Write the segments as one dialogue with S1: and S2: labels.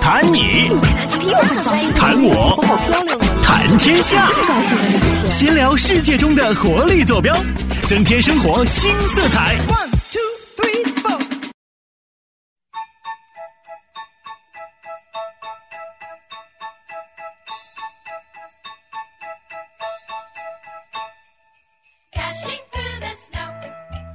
S1: 谈你，谈我，谈天下，闲聊世界中的活力坐标，增添生活新色彩。
S2: Dashing through the snow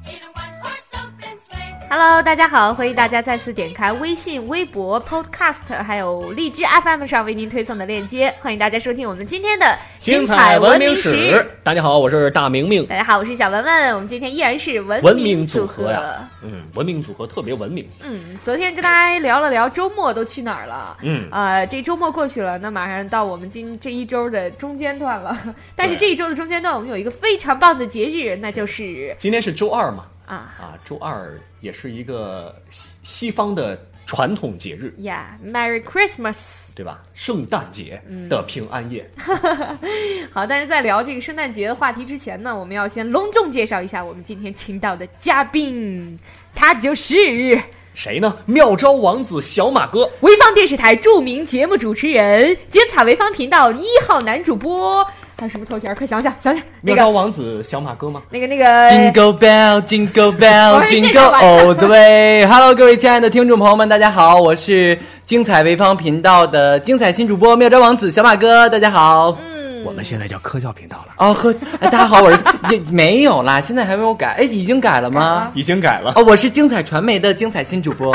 S2: in a one horse open sleigh.
S3: Hello，大家好，欢迎大家再次点开微信、微博、Podcast，还有荔枝 FM 上为您推送的链接，欢迎大家收听我们今天的
S4: 精彩
S3: 彩
S4: 文
S3: 明
S4: 明史。。大家好，我是大明明。
S3: 大家好，我是小文文，我们今天依然是文
S4: 文
S3: 明
S4: 明组
S3: 合
S4: 合呀，嗯，文明组合特别文明。
S3: 嗯，昨天跟大家聊了聊周末都去哪儿了。
S4: 嗯，
S3: 呃，这周末过去了，那马上到我们今这一周的中间段了。 但是这一周的中间段，我们有一个非常棒的节日，那就是
S4: 今天是周二嘛，
S3: 啊
S4: 啊，周二也是一个西西方的传统节日，
S3: 呀、m e r r y Christmas！
S4: 对吧？圣诞节的平安夜。
S3: 好，但是在聊这个圣诞节的话题之前呢，我们要先隆重介绍一下我们今天请到的嘉宾，他就是
S4: 谁呢？妙招王子小马哥。
S3: 潍坊电视台著名节目主持人、剪彩潍坊频道一号男主播，还有什么头衔？快想想，想想那
S4: 妙
S3: 个
S4: 招王子小马哥吗？
S3: 那个那个
S5: Jingle bell, jingle
S3: 我
S5: bell,
S3: 是这
S5: jingle
S3: 个吧
S5: all the way. Hello，各位亲爱的听众朋友们，大家好，我是精彩潍坊频道的精彩新主播妙招王子小马哥，大家好。
S4: 我们现在叫科教频道了，
S5: 哦呵，哎，大家好，我是也没有啦，现在还没有改，哎，已经改了吗？
S4: 已 经改了。
S5: 哦，我是精彩传媒的精彩新主播。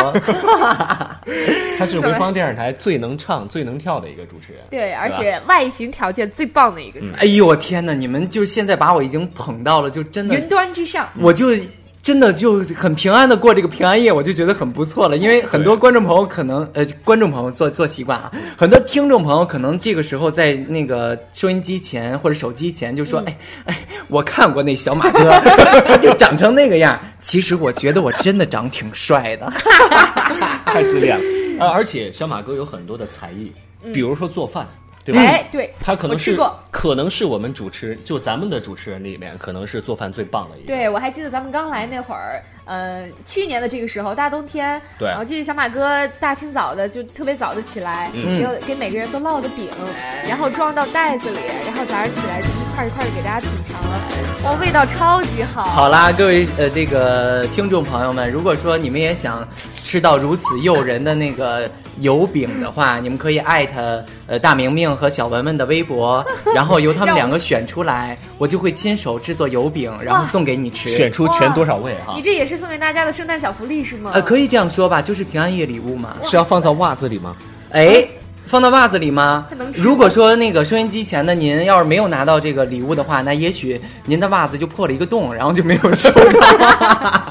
S4: 他是潍坊电视台最能唱、最能跳的一个主持人。
S3: 对，而
S4: 吧
S3: 且外形条件最棒的一个，
S5: 哎呦，我天哪，你们就是现在把我已经捧到了，就真的
S3: 云端之上。
S5: 我就真的就很平安的过这个平安夜，我就觉得很不错了。因为很多观众朋友可能呃，观众朋友做做习惯啊，很多听众朋友可能这个时候在那个收音机前或者手机前就说：“哎哎，我看过那小马哥， 他就长成那个样。”其实我觉得我真的长挺帅的。
S4: 太自恋了。呃，而且小马哥有很多的才艺，比如说做饭，对吧？
S3: 哎，对，
S4: 他可
S3: 我
S4: 能
S3: 吃
S4: 是
S3: 过。
S4: 可能是我们主持就咱们的主持人里面，可能是做饭最棒的一个。
S3: 对，我还记得咱们刚来那会儿，呃，去年的这个时候，大冬天，
S4: 对
S3: 我记得小马哥大清早的就特别早的起来，给我给每个人都烙的饼，然后装到袋子里，然后早上起来就一块儿一块儿的给大家品尝，哇、味道超级好。
S5: 好啦，各位呃，这个听众朋友们，如果说你们也想吃到如此诱人的那个油饼的话，你们可以艾特呃大明明和小文文的微 博，然后由他们两个选出来，我就会亲手制作油饼，然后送给你
S4: 选
S5: 吃。
S4: 出全多少位哈、
S3: 你这也是送给大家的圣诞小福利是吗？
S5: 呃，可以这样说吧，就是平安夜礼物嘛。
S4: 是要放到袜子里吗？
S5: 哎，放到袜子里吗
S3: 它能？吃吗
S5: 如果说那个收音机前的您要是没有拿到这个礼物的话，那也许您的袜子就破了一个洞，然后就没有收 到。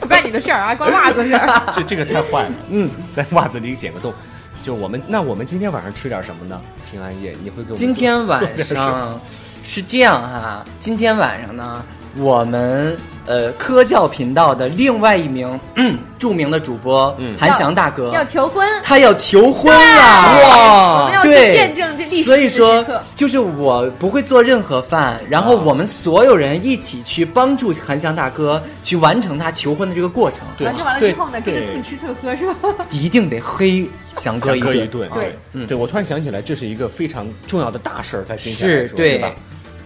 S3: 不关你的事儿啊，关袜子的事儿。
S4: 这这个太坏了。嗯，在袜子里剪个洞。就我们那我们今天晚上吃点什么呢？平安夜你会给我们
S5: 今天晚
S4: 做做点什么
S5: 上是这样哈、今天晚上呢，我们呃科教频道的另外一名、嗯、著名的主播、韩翔大哥
S3: 要求婚，
S5: 他要求婚
S3: 对啊我
S5: 啦！
S3: 们要
S5: 哇，
S3: 去
S5: 对，
S3: 见证这历史
S5: 所以
S3: 的
S5: 说
S3: 时刻，
S5: 就是我不会做任何饭，然后
S4: 啊
S5: 我们所有人一起去帮助韩翔大哥去完成他求婚的这个过程，
S4: 对
S3: 完事完了
S4: 对
S3: 之后呢，跟
S4: 对
S3: 着蹭吃蹭喝是吧？
S5: 一定得黑翔哥
S4: 想
S5: 一
S4: 各一
S5: 顿。
S4: 顿，啊
S3: 对
S4: 对，对我突然想起来，这是一个非常重要的大事儿，在今天
S5: 是
S4: 来说，
S5: 对
S4: 对吧？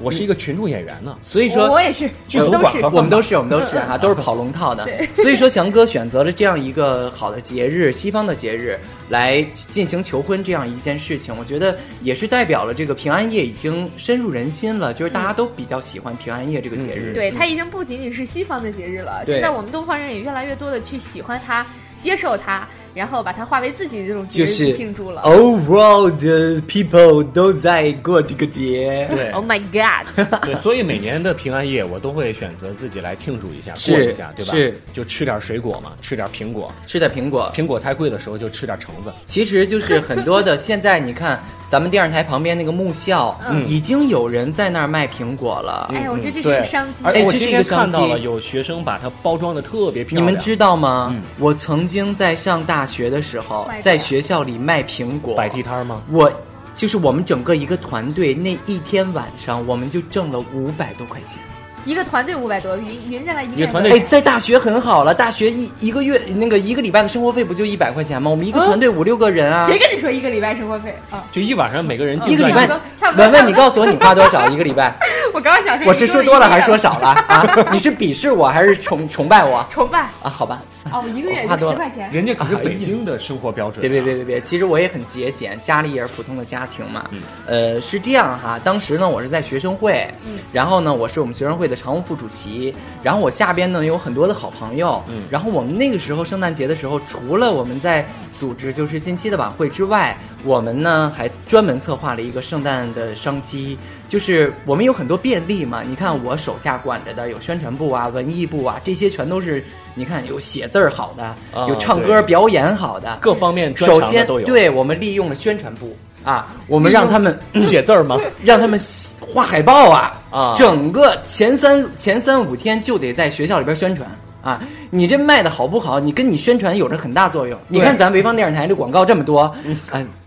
S4: 我是一个群众演员呢，
S5: 所以说，
S3: 我我也是，
S4: 剧
S3: 我们
S4: 组
S3: 都
S4: 管
S3: 是
S4: 和。
S5: 我们都是，我们都是哈、都是跑龙套的。所以说，翔哥选择了这样一个好的节日，西方的节日来进行求婚这样一件事情，我觉得也是代表了这个平安夜已经深入人心了，就是大家都比较喜欢平安夜这个节日。
S3: 嗯对，它已经不仅仅是西方的节日了，
S5: 对
S3: 现在我们东方人也越来越多的去喜欢它、接受它，然后把它化为自己的这种节
S5: 就
S3: 日
S5: 是哦
S3: 去庆祝了。
S5: ，All world people 都在过这个节。
S4: 对
S3: Oh my god！
S4: 对，所以每年的平安夜，我都会选择自己来庆祝一下，
S5: 是
S4: 过一下，对吧？
S5: 是，
S4: 就吃点水果嘛，吃点苹果，
S5: 吃的苹果，
S4: 苹果太贵的时候就吃点橙子。
S5: 其实就是很多的。现在你看，咱们电视台旁边那个木校，已经有人在那儿卖苹果了。
S3: 哎呀，我觉得这是一
S4: 对
S3: 个商机。
S4: 而
S5: 哎
S4: 我
S5: 这是
S4: 今
S5: 一个
S4: 天看到
S5: 商
S4: 了
S5: 机
S4: 有学生把它包装的特别漂
S5: 你
S4: 亮。嗯
S5: 们知道吗？我曾经在上大学的时候
S3: 卖，过
S5: 在学校里卖苹果，
S4: 摆地摊吗？
S5: 我就是我们整个一个团队那一天晚上，我们就挣了五百多块钱。
S3: 一个团队五百多，匀匀下来一
S4: 一
S3: 个
S4: 个团队
S5: 哎，在大学很好了，大学一一个月那个一个礼拜的生活费不就一百块钱吗？我们一个
S3: 嗯
S5: 团队五六个人啊，
S3: 谁跟你说一个礼拜生活费啊？
S4: 就一晚上每个人
S5: 一
S4: 净
S5: 个礼拜
S3: 差
S4: 赚
S3: 不多差不，多
S5: 文
S3: 差
S5: 文，
S3: 不多
S5: 你告诉我你花多少一个礼拜？
S3: 我刚刚想说，
S5: 我是说多了还是说
S3: 少？
S5: 少了 啊？你是鄙视我还是崇崇拜我
S3: 崇拜
S5: 啊？好吧，
S3: 哦，一个月
S5: 花
S3: 就
S5: 多
S3: 十
S5: 了
S3: 块钱，
S4: 人家可是北京的生活标准、啊
S5: 别别别，别别，其实我也很节俭，家里也是普通的家庭嘛。
S4: 嗯
S5: 呃，是这样哈，当时呢我是在学生会，然后呢我是我们学生会的常务副主席，然后我下边呢有很多的好朋友，
S4: 嗯
S5: 然后我们那个时候圣诞节的时候，除了我们在组织就是近期的晚会之外，我们呢还专门策划了一个圣诞的商机，就是我们有很多便利嘛，你看我手下管着的有宣传部啊、文艺部啊，这些全都是你看有写字儿好的，
S4: 啊
S5: 有唱
S4: 对
S5: 歌表演好的，
S4: 各方面专
S5: 首
S4: 长的
S5: 先
S4: 都有。，
S5: 对我们利用了宣传部啊，我们让他们
S4: 写字儿吗？
S5: 让他们画海报啊
S4: 啊
S5: 整个前三前三五天就得在学校里边宣传啊。你这卖的好不好，你跟你宣传有着很大作用。你看咱潍坊电视台这广告这么多，啊、
S4: 嗯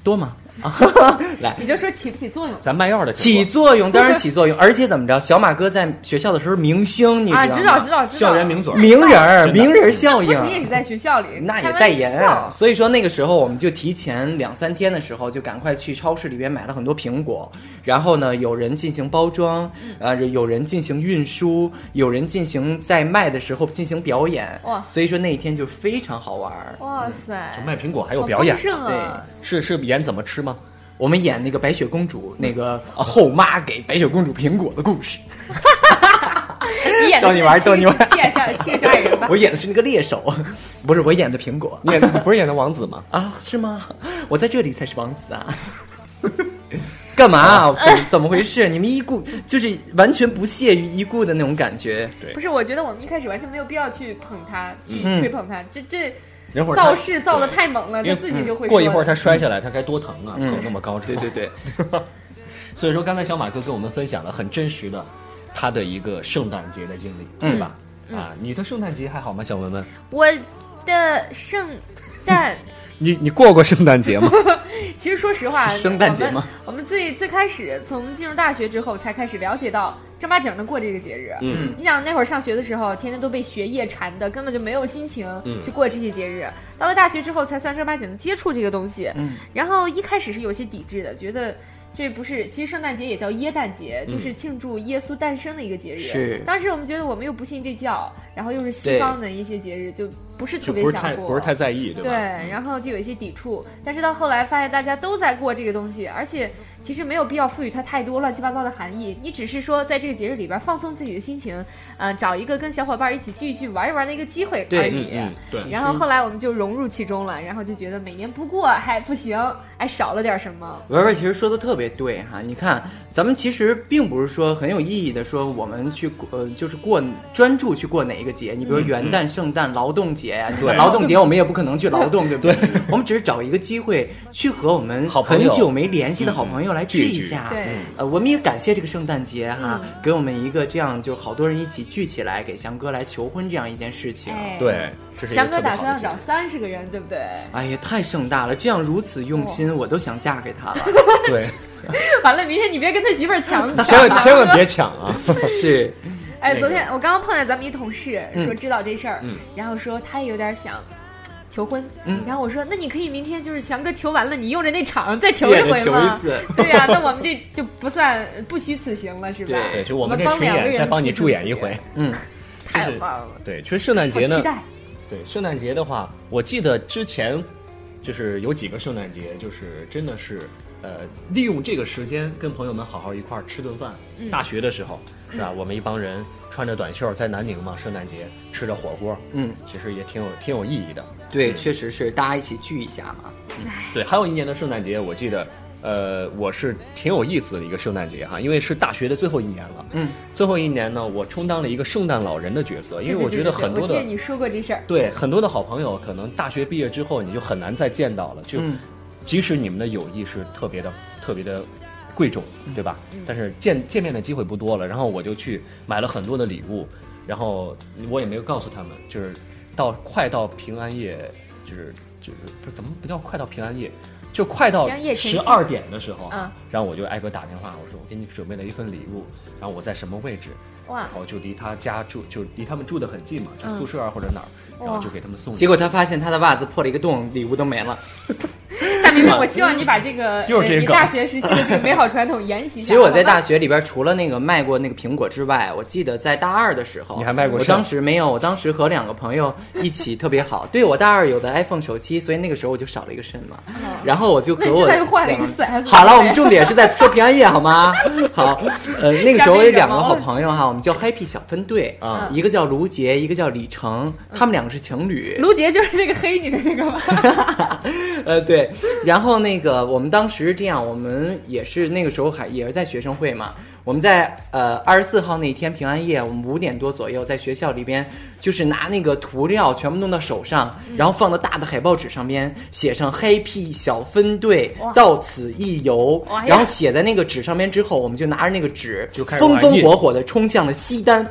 S5: 多吗？ 啊，来。
S3: 你就说起不起作用？
S4: 咱卖药的
S5: 起
S4: 起
S5: 作用， 当然起作用，而且怎么着？小马哥在学校的时候明星，你
S3: 啊，
S5: 吗？
S3: 知道知道知道，
S4: 校园名嘴儿，
S5: 名人儿，
S4: 真的
S5: 名人儿效
S3: 不
S5: 应。
S3: 仅仅是在学校里，
S5: 那也
S3: 开玩
S5: 代言啊，
S3: 笑
S5: 所以说那个时候我们就提前两三天的时候就赶快去超市里边买了很多苹果，然后呢，有人进行包装，呃，
S3: 嗯
S5: 有人进行运输，有人进行在卖的时候进行表演，
S3: 哇
S5: 所以说那一天就非常好玩儿。
S3: 哇塞，
S4: 卖苹果还有
S3: 好
S4: 表演
S3: 丰，盛啊！
S4: 是是演怎么吃吗？
S5: 我们演那个白雪公主，那个呃后妈给白雪公主苹果的故事，
S3: 你演的
S5: 逗你玩儿
S3: 是
S5: 逗你玩儿
S3: 七个小七个小矮人吧？
S5: 我演的是那个猎手， 不是我演的 苹果
S4: 你演的不是演的王子 吗？
S5: 啊，是吗？我在这里才是王子啊。 干嘛、啊？怎怎么回事？你们一顾就是完全不屑于一顾的那种感觉。
S4: 对
S3: 不是，我觉得我们一开始完全没有必要去捧他，去
S5: 嗯
S3: 吹捧他，这这
S4: 人会儿他
S3: 造势造的太猛了，
S4: 因
S3: 他
S4: 为嗯
S3: 自己就会
S4: 过一
S3: 说
S4: 会儿
S3: 的
S4: 他摔下来，他该多疼啊！
S5: 嗯
S4: 捧那么高，
S5: 对对。对，
S4: 所以说，刚才小马哥跟我们分享了很真实的他的一个圣诞节的经历，
S5: 嗯
S4: 对吧？啊，你的圣诞节还好吗，小文文？
S3: 我的圣诞。
S4: 你你过过圣诞节吗？
S3: 其实说实话，
S5: 是圣诞节吗
S3: 我们？我们最最开始从进入大学之后，才开始了解到正八经的过这个节日。
S4: 嗯，
S3: 你想那会儿上学的时候，天天都被学业缠的，根本就没有心情
S4: 嗯
S3: 去过这些节日。到了大学之后，才算正八经的接触这个东西。
S5: 嗯，
S3: 然后一开始是有些抵制的，觉得。这不是，其实圣诞节也叫耶诞节，
S4: 嗯
S3: 就是庆祝耶稣诞生的一个节日。
S5: 是
S3: 当时我们觉得我们又不信这教，然后又是西
S5: 对
S3: 方的一些节日，就不是特
S4: 就
S3: 别
S4: 不是
S3: 想
S4: 太
S3: 过，
S4: 不是太在意，对吧？嗯
S3: 对，然后就有一些抵触，但是到后来发现大家都在过这个东西，而且其实没有必要赋予它太多乱七八糟的含义，你只是说在这个节日里边放松自己的心情，嗯、找一个跟小伙伴一起聚一聚、玩一玩的一个机会而
S5: 对
S3: 已。
S4: 嗯嗯对
S3: 然后后来我们就融入其中了，然后就觉得每年不过还不行，还少了点什么。
S5: 文文其实说的特别对哈，你看，咱们其实并不是说很有意义的说我们去过呃，就是过专注去过哪一个节，你比如元旦、圣诞、劳动节呀、你看
S4: 嗯对
S5: 劳动节我们也不可能去劳动，对不对？我们只是找一个机会去和我们
S4: 好朋
S5: 很
S4: 友嗯
S5: 久没联系的好朋友来聚
S4: 聚嗯
S5: 一
S4: 一聚
S5: 下，
S3: 对，
S5: 呃，我们也感谢这个圣诞节哈，
S3: 嗯
S5: 给我们一个这样就好多人一起聚起来给翔哥来求婚这样一件事情。
S3: 哎，
S4: 对，这是一个
S3: 翔哥
S4: 特别
S3: 打
S4: 好
S3: 算
S4: 的
S3: 要
S4: 节日
S3: 找三十个人，对不 对？
S5: 哎呀，太盛大了！这样如此用心，我都想嫁给他 了。
S4: 对，
S3: 完了，明天你别跟他媳妇儿抢
S4: 千万千万别抢啊！
S5: 是，
S3: 哎，
S4: 那
S3: 昨
S4: 个
S3: 天我刚刚碰见咱们一同事，
S5: 嗯
S3: 说知道这事儿，
S4: 嗯
S3: 然后说他也有点想求婚，
S5: 嗯
S3: 然后我说那你可以明天就是强哥求完了，你用着那场再求
S5: 借
S3: 一
S5: 着
S3: 回
S5: 求一
S3: 吗？
S5: 次。
S3: 对呀、那我们这就不算不虚此行了，是吧？
S5: 对
S4: 对，就
S3: 我
S4: 我们这
S3: 帮
S4: 群
S3: 两个
S4: 演
S3: 人
S4: 再帮你
S3: 助
S4: 助演一回，。
S5: 嗯，
S3: 太
S4: 就是
S3: 棒了，
S4: 对，其实圣诞
S3: 好
S4: 节呢
S3: 期，待。
S4: 对圣诞节的话，我记得之前就是有几个圣诞节，就是真的是呃，利用这个时间跟朋友们好好一块儿吃顿饭。
S3: 嗯
S4: 大学的时候，是吧？我们一帮人穿着短袖在南宁嘛，圣诞节吃着火锅，
S5: 嗯，
S4: 其实也挺有挺有意义的。
S5: 对，确实是，大家一起聚一下嘛。
S4: 对，还有一年的圣诞节，我记得，呃，我是挺有意思的一个圣诞节哈，因为是大学的最后一年了。
S5: 嗯，
S4: 最后一年呢，我充当了一个圣诞老人的角色，因为
S3: 对对
S4: 我觉得
S3: 对对
S4: 很多
S3: 我
S4: 的
S3: 记得你说过这事儿，
S4: 对很多的好朋友，可能大学毕业之后你就很难再见到了，就、
S5: 嗯
S4: 即使你们的友谊是特别的、特别的贵重，对吧？但是见见面的机会不多了，然后我就去买了很多的礼物，然后我也没有告诉他们，就是到快到平安夜，就是就是不是怎么不叫快到平安夜，就快到
S3: 像夜前戏
S4: 十二点的时候
S3: 嗯
S4: 啊，然后我就挨个打电话，我说我给你准备了一份礼物，然后我在什么位置，
S3: 哇
S4: 然，后就离他家住，就离他们住的很近嘛，就
S3: 嗯
S4: 宿舍啊或者哪儿，然后就给他们送。
S5: 结果他发现他的袜子破了一个洞，礼物都没了。
S3: 大明明，我希望你把这个
S4: 嗯 就是这
S3: 呃
S4: 个
S3: 你大学时期的这个美好传统沿 袭一下。
S5: 其实我在大
S3: 学
S5: 学里边除了那个卖过那个苹果之外，我记得在大二的时候，
S4: 你还卖过
S5: 我
S4: 肾
S5: 当时没有，我当时和两个朋友一起特别好。对我大二有的 iPhone 手机，所以那个时候我就少了一个肾嘛。然后我就和
S3: 哦那
S5: 我
S3: 现在又换了一个
S5: 两
S3: 4S
S5: 好了，我们重点是在说平安夜好吗？好，呃，那个时候我有两个好朋友哈，我们叫 Happy 小分队
S3: 嗯
S4: 啊
S5: 一个叫卢杰，一个叫李成，他们两个是情侣。
S3: 卢杰就是那个黑你的那个 吧？
S5: 呃，对，然后那个我们当时这样，我们也是那个时候还也是在学生会嘛，我们在呃二十四号那一天平安夜，我们五点多左右在学校里边，就是拿那个涂料全部弄到手上，
S4: 嗯
S5: 然后放到大的海报纸上边，写上黑 P 小分队
S3: 哇
S5: 到此一游
S3: 哇，呀
S5: 然后写在那个纸上面之后，我们就拿着那个纸
S4: 就开始
S5: 风
S4: 玩
S5: 风
S4: 印
S5: 火火的冲向了西单。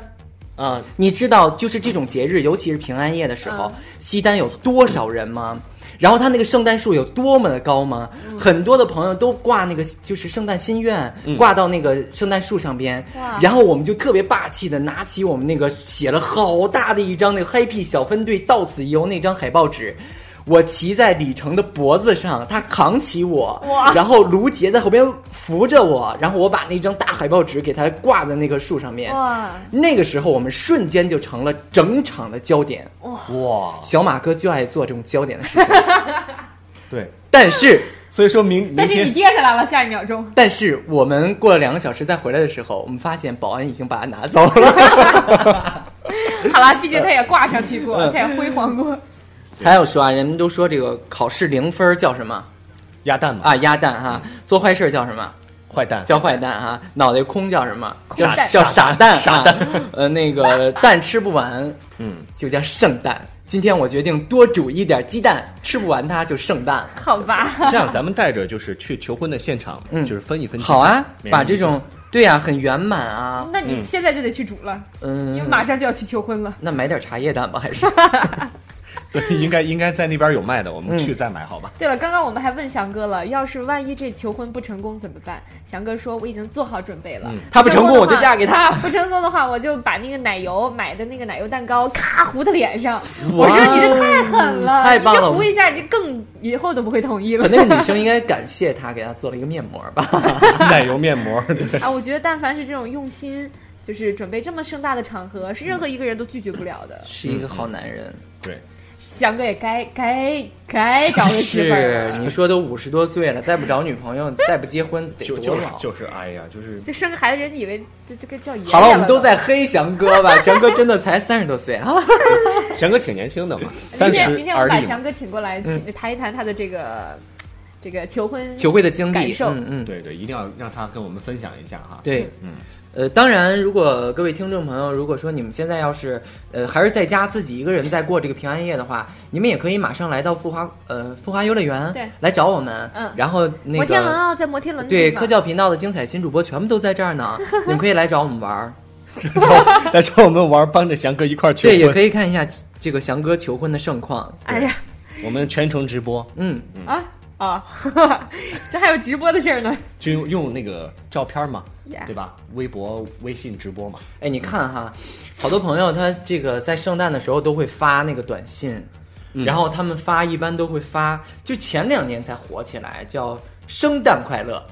S4: 啊，
S5: 你知道，就是这种节日，尤其是平安夜的时
S3: 嗯
S5: 候，西单有多少人吗？然后他那个圣诞树有多么的高吗？
S3: 嗯
S5: 很多的朋友都挂那个就是圣诞心愿，挂到那个圣诞树上边
S3: 哇。
S5: 然后我们就特别霸气的拿起我们那个写了好大的一张那个 Happy 小分队到此一游那张海报纸。我骑在李成的脖子上，他扛起我
S3: 哇，
S5: 然后卢杰在后边扶着我，然后我把那张大海报纸给他挂在那个树上面。
S3: 哇，
S5: 那个时候，我们瞬间就成了整场的焦点。
S4: 哇，
S5: 小马哥就爱做这种焦点的事情，
S4: 对，
S5: 但是，所以说明明
S3: 但是你
S5: 天，
S3: 跌下来了，下一秒钟。
S5: 但是我们过了两个小时再回来的时候，我们发现保安已经把它拿走了。
S3: 好了，毕
S5: 嗯
S3: 竟他也挂上去过，他也辉煌过。
S5: 还有说啊，人们都说这个考试零分儿叫什么
S4: 鸭蛋嘛，
S5: 啊？鸭蛋哈、做坏事儿叫什么？
S4: 坏蛋，
S5: 叫坏蛋哈、脑袋空叫什么？
S3: 空
S5: 叫
S3: 蛋
S5: 叫傻蛋，
S4: 傻
S5: 蛋、呃，那个蛋吃不完
S4: 嗯，
S5: 就叫剩蛋。今天我决定多煮一点鸡蛋，吃不完它就剩蛋。
S3: 好吧，
S4: 这样咱们带着就是去求婚的现场，
S5: 嗯
S4: 就是分一分。
S5: 好 啊，
S4: 每人
S5: 把
S4: 一
S5: 这
S4: 份
S5: 种对呀、很圆满啊，
S3: 那你现在就得去煮了，因为
S5: 嗯，
S3: 马上就要去求婚了。
S5: 那买点茶叶蛋吧，还 是
S4: 对，应该应该在那边有卖的，我们
S5: 嗯
S4: 去再买好吧。
S3: 对了，刚刚我们还问翔哥了，要是万一这求婚不成功怎么办？翔哥说我已经做好准备了，
S4: 嗯
S5: 他不成功我就
S3: 的话
S5: 嫁给他。
S3: 不成功的话，我就把那个奶油买的那个奶油蛋糕咔糊他脸上。我说你这太狠了，
S5: 嗯太棒了
S3: 你这糊一下，你更以后都不会同意
S5: 可
S3: 了
S5: 那个女生应该感谢他，给他做了一个面膜吧。
S4: 奶油面膜，对
S3: 啊！我觉得但凡是这种用心，就是准备这么盛大的场合，是任何一个人都拒绝不了的。
S5: 是一个好男人，
S4: 对，
S3: 翔哥也该该该 找个媳妇儿
S5: 是
S3: 了，
S5: 你说都五十多岁了，再不找女朋友，再不结婚得
S4: 就
S5: 多
S4: 就是
S5: 老？
S4: 就是，哎呀，就是
S3: 这生个孩子人以为这这个叫爷爷
S5: 好了，我们都
S3: 都
S5: 在黑翔哥吧，翔哥真的才三十多岁 啊。
S4: 翔哥挺年轻的嘛，
S3: 明
S4: 三
S3: 天
S4: 十
S3: 明天我
S4: 而
S3: 们把
S4: 立嘛。
S3: 翔哥请过来，请谈一谈他的这个这个求婚
S5: 嗯求婚的经
S3: 感
S5: 历，
S3: 受
S5: 嗯嗯，
S4: 对对，一定要让他跟我们分享一下哈。
S5: 对，
S4: 嗯，
S5: 呃，当然，如果各位听众朋友，如果说你们现在要是呃还是在家自己一个人在过这个平安夜的话，你们也可以马上来到富华呃富华游乐园，
S3: 对
S5: 来找我们，
S3: 嗯
S5: 然后那
S3: 摩天轮
S5: 个
S3: 啊，在摩天轮的
S5: 对
S3: 地方
S5: 科教频道的精彩新主播全部都在这儿 呢，你们可以来找我们玩儿，
S4: 来找我们玩，帮着翔哥一块儿求
S5: 对，
S4: 婚。
S5: 也可以看一下这个翔哥求婚的盛况，
S3: 哎呀。
S4: 我们全程直播，
S5: 嗯，
S3: 啊啊， 这还有直播的事儿呢。
S4: 就用用那个照片嘛
S3: Yeah
S4: 对吧？微博、微信直播嘛。
S5: 哎，你看哈，好多朋友他这个在圣诞的时候都会发那个短信，然后他们发一般都会发，就前两年才火起来，叫圣诞快乐。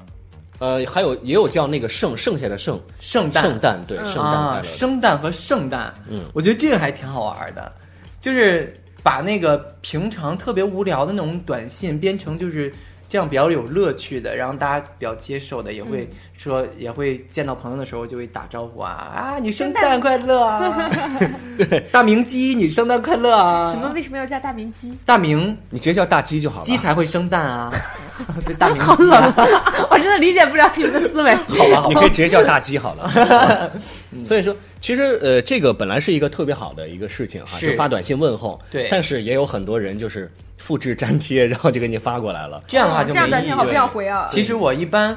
S4: 呃，还有也有叫那个剩剩下的剩
S5: 圣诞
S4: 圣诞，对，圣诞快
S5: 啊，
S4: 乐。
S5: 圣诞和圣诞，
S4: 嗯
S5: 我觉得这个还挺好玩的，就是把那个平常特别无聊的那种短信编成就是这样比较有乐趣的，然后大家比较接受的，也会
S3: 嗯
S5: 说、也会见到朋友的时候就会打招呼 啊啊，你圣诞快乐啊，对，大明鸡，你圣诞快乐
S3: 怎么
S5: 啊，
S3: 为什么要叫大明鸡？
S5: 大明
S4: 你直接叫大鸡就好了。
S5: 鸡才会生蛋啊， 所以大明鸡、啊、
S3: 好冷， 我真的理解不了你们的 思维。
S4: 好吧， 你可以直接叫大鸡好了。 所以说，其实呃，这个本来是一个特别好的一个事情哈，
S5: 是
S4: 就发短信问候。
S5: 对
S4: 但是也有很多人就是复制粘贴，然后就给你发过来了。
S5: 啊这样的话就没
S3: 这样短
S5: 意
S3: 信
S5: 义
S3: 好
S5: 了
S3: 不要回啊！
S5: 其实我一般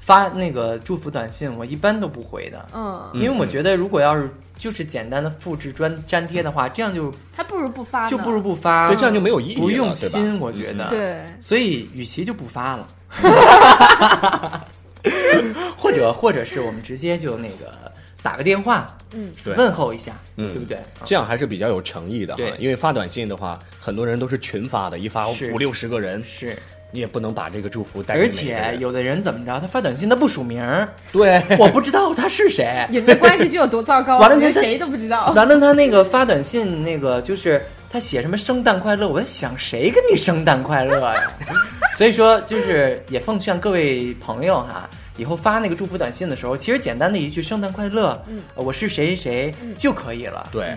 S5: 发那个祝福短信，我一般都不回的，
S3: 嗯，
S5: 因为我觉得如果要是就是简单的复制粘粘贴的话，这样就
S3: 还不如不发呢，
S5: 就不如不发，
S4: 对这样就没有意义了
S5: 不用
S4: 对吧嗯
S5: 心，我觉得。
S3: 对，
S5: 所以与其就不发 了，或者或者是我们直接就那个打个电话，
S3: 嗯，
S4: 对
S5: 问候一下，
S4: 嗯
S5: 对不对？
S4: 这样还是比较有诚意的哈
S5: 对。
S4: 因为发短信的话，很多人都是群发的，一发
S5: 是
S4: 五六十个人，
S5: 是，
S4: 你也不能把这个祝福带给
S5: 而
S4: 每一个
S5: 且
S4: 人
S5: 有的人怎么着，他发短信他不署名儿，
S4: 对，
S5: 我不知道他是谁。
S3: 你们的关系就有多糟糕，啊
S5: 完了
S3: 我觉得
S5: 你这
S3: 谁都不知道。
S5: 完了，他那个发短信，那个就是他写什么圣诞快乐，我在想谁跟你圣诞快乐 呀？所以说，就是也奉劝各位朋友哈，以后发那个祝福短信的时候，其实简单的一句“圣诞快乐”，
S3: 嗯
S5: 呃我是谁谁谁就可以了。
S4: 对，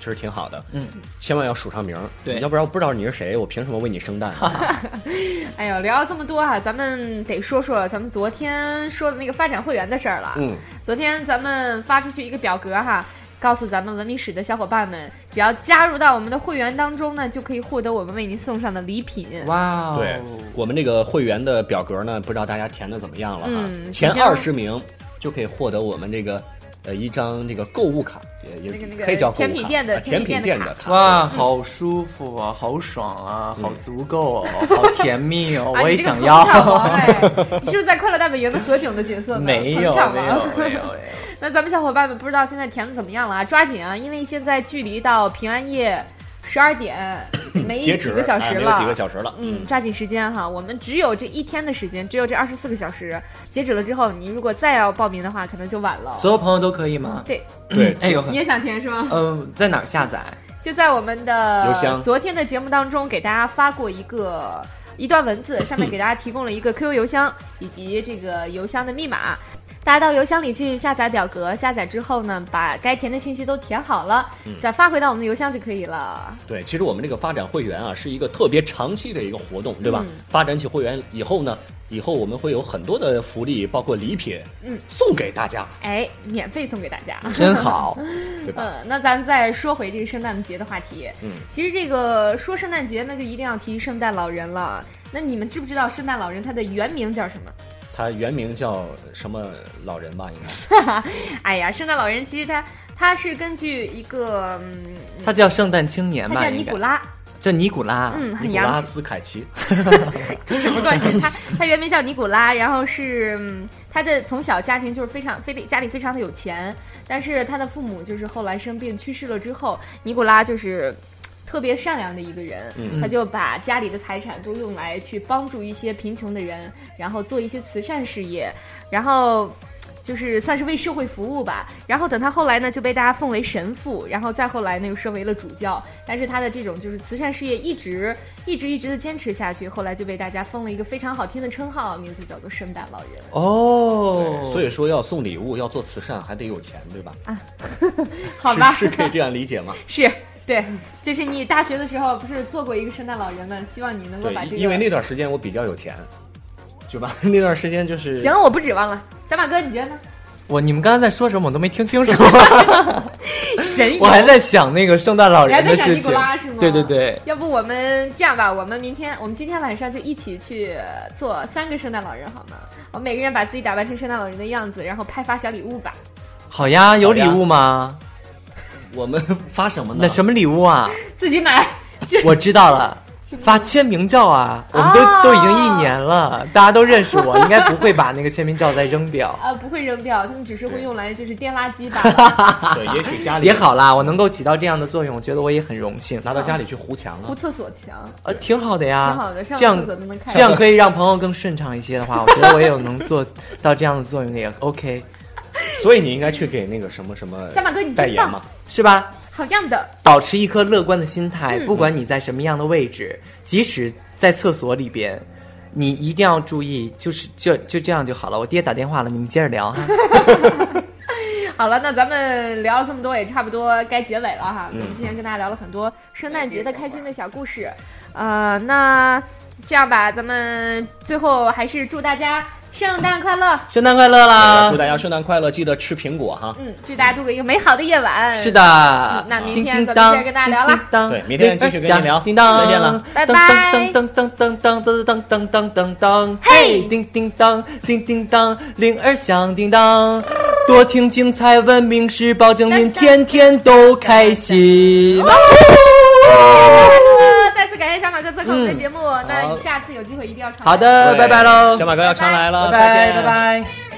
S4: 其实挺好的。
S5: 嗯，
S4: 千万要署上名儿，
S5: 对
S4: 要不然我不知道你是谁，我凭什么为你生蛋？啊
S3: 哎呦，聊了这么多哈、咱们得说说咱们昨天说的那个发展会员的事儿了。
S4: 嗯，
S3: 昨天咱们发出去一个表格哈，告诉咱们文明史的小伙伴们，只要加入到我们的会员当中呢，就可以获得我们为您送上的礼品。
S5: 哇哦，
S4: 对，我们这个会员的表格呢，不知道大家填的怎么样了哈？
S3: 嗯
S4: 前
S3: 已经
S4: 二十名就可以获得我们这个呃一张这个购物卡，也
S3: 那个那
S4: 也
S3: 个
S4: 可以叫购物卡
S3: 甜品店的
S4: 啊甜品
S3: 甜品
S4: 店
S3: 店的
S4: 的卡。
S5: 哇，好舒服啊，好爽
S4: 嗯
S5: 啊，好足够哦，好甜蜜 哦，
S3: 啊
S5: 我也
S3: 你这个
S5: 想要
S3: 捧。场王哎，你是不是在《快乐大本营》的何炅的角色呢？
S5: 没 有，没
S3: 捧
S5: 有，
S3: 场
S5: 没
S3: 王
S5: 有，没有。
S3: 那咱们小伙伴们不知道现在填的怎么样了啊？抓紧啊，因为现在距离到平安夜十二点没
S4: 截
S3: 几
S4: 止
S3: 个小时
S4: 哎没
S3: 了，
S4: 有几个小时了。
S3: 嗯，抓紧时间哈，我们只有这一天的时间，只有这二十四个小时，截止了之后，你如果再要报名的话，可能就晚了。
S5: 所有朋友都可以吗？
S3: 对，
S4: 对，
S5: 哎呦，
S3: 你也想填是吗？
S5: 嗯，在哪儿下载？
S3: 就在我们的
S4: 邮箱
S3: 昨天的节目当中，给大家发过一个一段文字，上面给大家提供了一个 QQ 邮箱以及这个邮箱的密码。大家到邮箱里去下载表格，下载之后呢，把该填的信息都填好了，再发回到我们的邮箱就可以了。
S4: 对，其实我们这个发展会员啊，是一个特别长期的一个活动，对吧？
S3: 嗯
S4: 发展起会员以后呢，以后我们会有很多的福利，包括礼品，
S3: 嗯，
S4: 送给大家，
S3: 哎，免费送给大家。
S5: 真好，
S4: 对吧？
S3: 嗯，那咱再说回这个圣诞节的话题。
S4: 嗯，
S3: 其实这个说圣诞节，那就一定要提圣诞老人了。那你们知不知道圣诞老人他的原名叫什么？
S4: 他原名叫什么老人吧？应该是
S3: 哎呀，圣诞老人其实他他是根据一个，嗯，
S5: 他叫圣诞青
S4: 哎
S5: 年
S3: 他
S5: 吧？
S3: 叫
S5: 应
S3: 尼
S5: 该
S3: 古拉，
S5: 叫尼古拉。
S3: 嗯，很
S4: 尼古拉
S3: 洋气，
S4: 斯凯奇。
S3: 什么乱是他他原名叫尼古拉，然后是、嗯、他的从小家庭就是非常非得家里非常的有钱，但是他的父母就是后来生病去世了之后，尼古拉就是。特别善良的一个人，他就把家里的财产都用来去帮助一些贫穷的人，然后做一些慈善事业，然后就是算是为社会服务吧。然后等他后来呢，就被大家奉为神父，然后再后来呢又升为了主教。但是他的这种就是慈善事业一直一直一直的坚持下去，后来就被大家封了一个非常好听的称号，名字叫做圣诞老人。
S5: 哦，
S4: 所以说要送礼物，要做慈善，还得有钱，对吧？
S3: 好吧，
S4: 是是可以这样理解吗？
S3: 是对，就是你大学的时候不是做过一个圣诞老人吗？希望你能够
S4: 对
S3: 把，这个
S4: 因因为那段时间我比较有钱，就吧？那段时间就是
S3: 行，我不指望了。小马哥，你觉得呢？
S5: 我你们刚才在说什么我都没听清 楚，
S3: 神
S5: 我还在想那个圣诞老
S3: 你还
S5: 人
S3: 在
S5: 的事
S3: 想尼古
S5: 情。
S3: 拉是吗？
S5: 对对对，
S3: 要不我们这样吧，我们明天，我们今天晚上就一起去呃做三个圣诞老人好吗？我们每个人把自己打扮成圣诞老人的样子，然后派发小礼物吧。
S5: 好呀，有礼物吗？
S4: 我们发什么呢？
S5: 那 什么礼物 啊？
S3: 自己买，这
S5: 我知道了。发签名照啊！我们都、
S3: 哦
S5: 都已经一年了，大家都认识我，应该不会把那个签名照再扔掉。
S3: 呃不会扔掉，他们只是会用来就是颠垃圾吧。
S4: 对，也许家里
S5: 也好啦，我能够起到这样的作用，我觉得我也很荣幸。
S4: 拿到家里去糊墙
S3: 糊
S4: 啊。
S3: 厕所墙，
S5: 呃，挺好的呀，
S3: 挺好的，上
S5: 这样
S3: 厕所都能看
S5: 这
S3: 见。
S5: 样可以让朋友更顺畅一些的话，我觉得我也有能做到这样的作用也 OK，
S4: 所以你应该去给那个什么什么
S3: 小马哥你真
S4: 代言嘛。
S5: 是吧？
S3: 好样的，
S5: 保持一颗乐观的心态，不管你在什么样的位置，即使在厕所里边，你一定要注意，就是就就这样就好了。我爹打电话了，你们接着聊哈。
S3: 好了，那咱们聊了这么多，也差不多该结尾了哈。我们今天跟大家聊了很多圣诞节的开心的小故事，呃，那这样吧，咱们最后还是祝大家。圣诞快乐！
S5: 圣诞快乐啦
S4: 祝！大家圣诞快乐，记得吃苹果哈。
S3: 嗯，祝大家度过一个美好的夜晚。
S5: 是的，
S3: 那明
S5: 叮
S3: 天
S5: 叮
S3: 咱们接
S5: 当
S3: 着跟大家聊啦
S5: 叮当
S4: 对明天继续跟您聊
S5: 叮当，
S4: 再见了
S3: 拜拜
S5: 噔噔噔噔噔噔噔噔噔噔噔，
S3: 嘿
S5: 叮叮当，叮叮当，铃儿响叮当，多听精彩文明是保证您天天都开心。
S3: 呃再次感谢小马哥做客我们的节目，那
S5: 嗯好
S3: 下次有机会一定要常来。
S5: 好的，
S4: 对
S5: 拜拜喽，
S4: 小马哥要常来了，
S5: 拜拜
S4: 再见
S5: 拜拜。
S2: Spirit. Oh, Oh, Oh,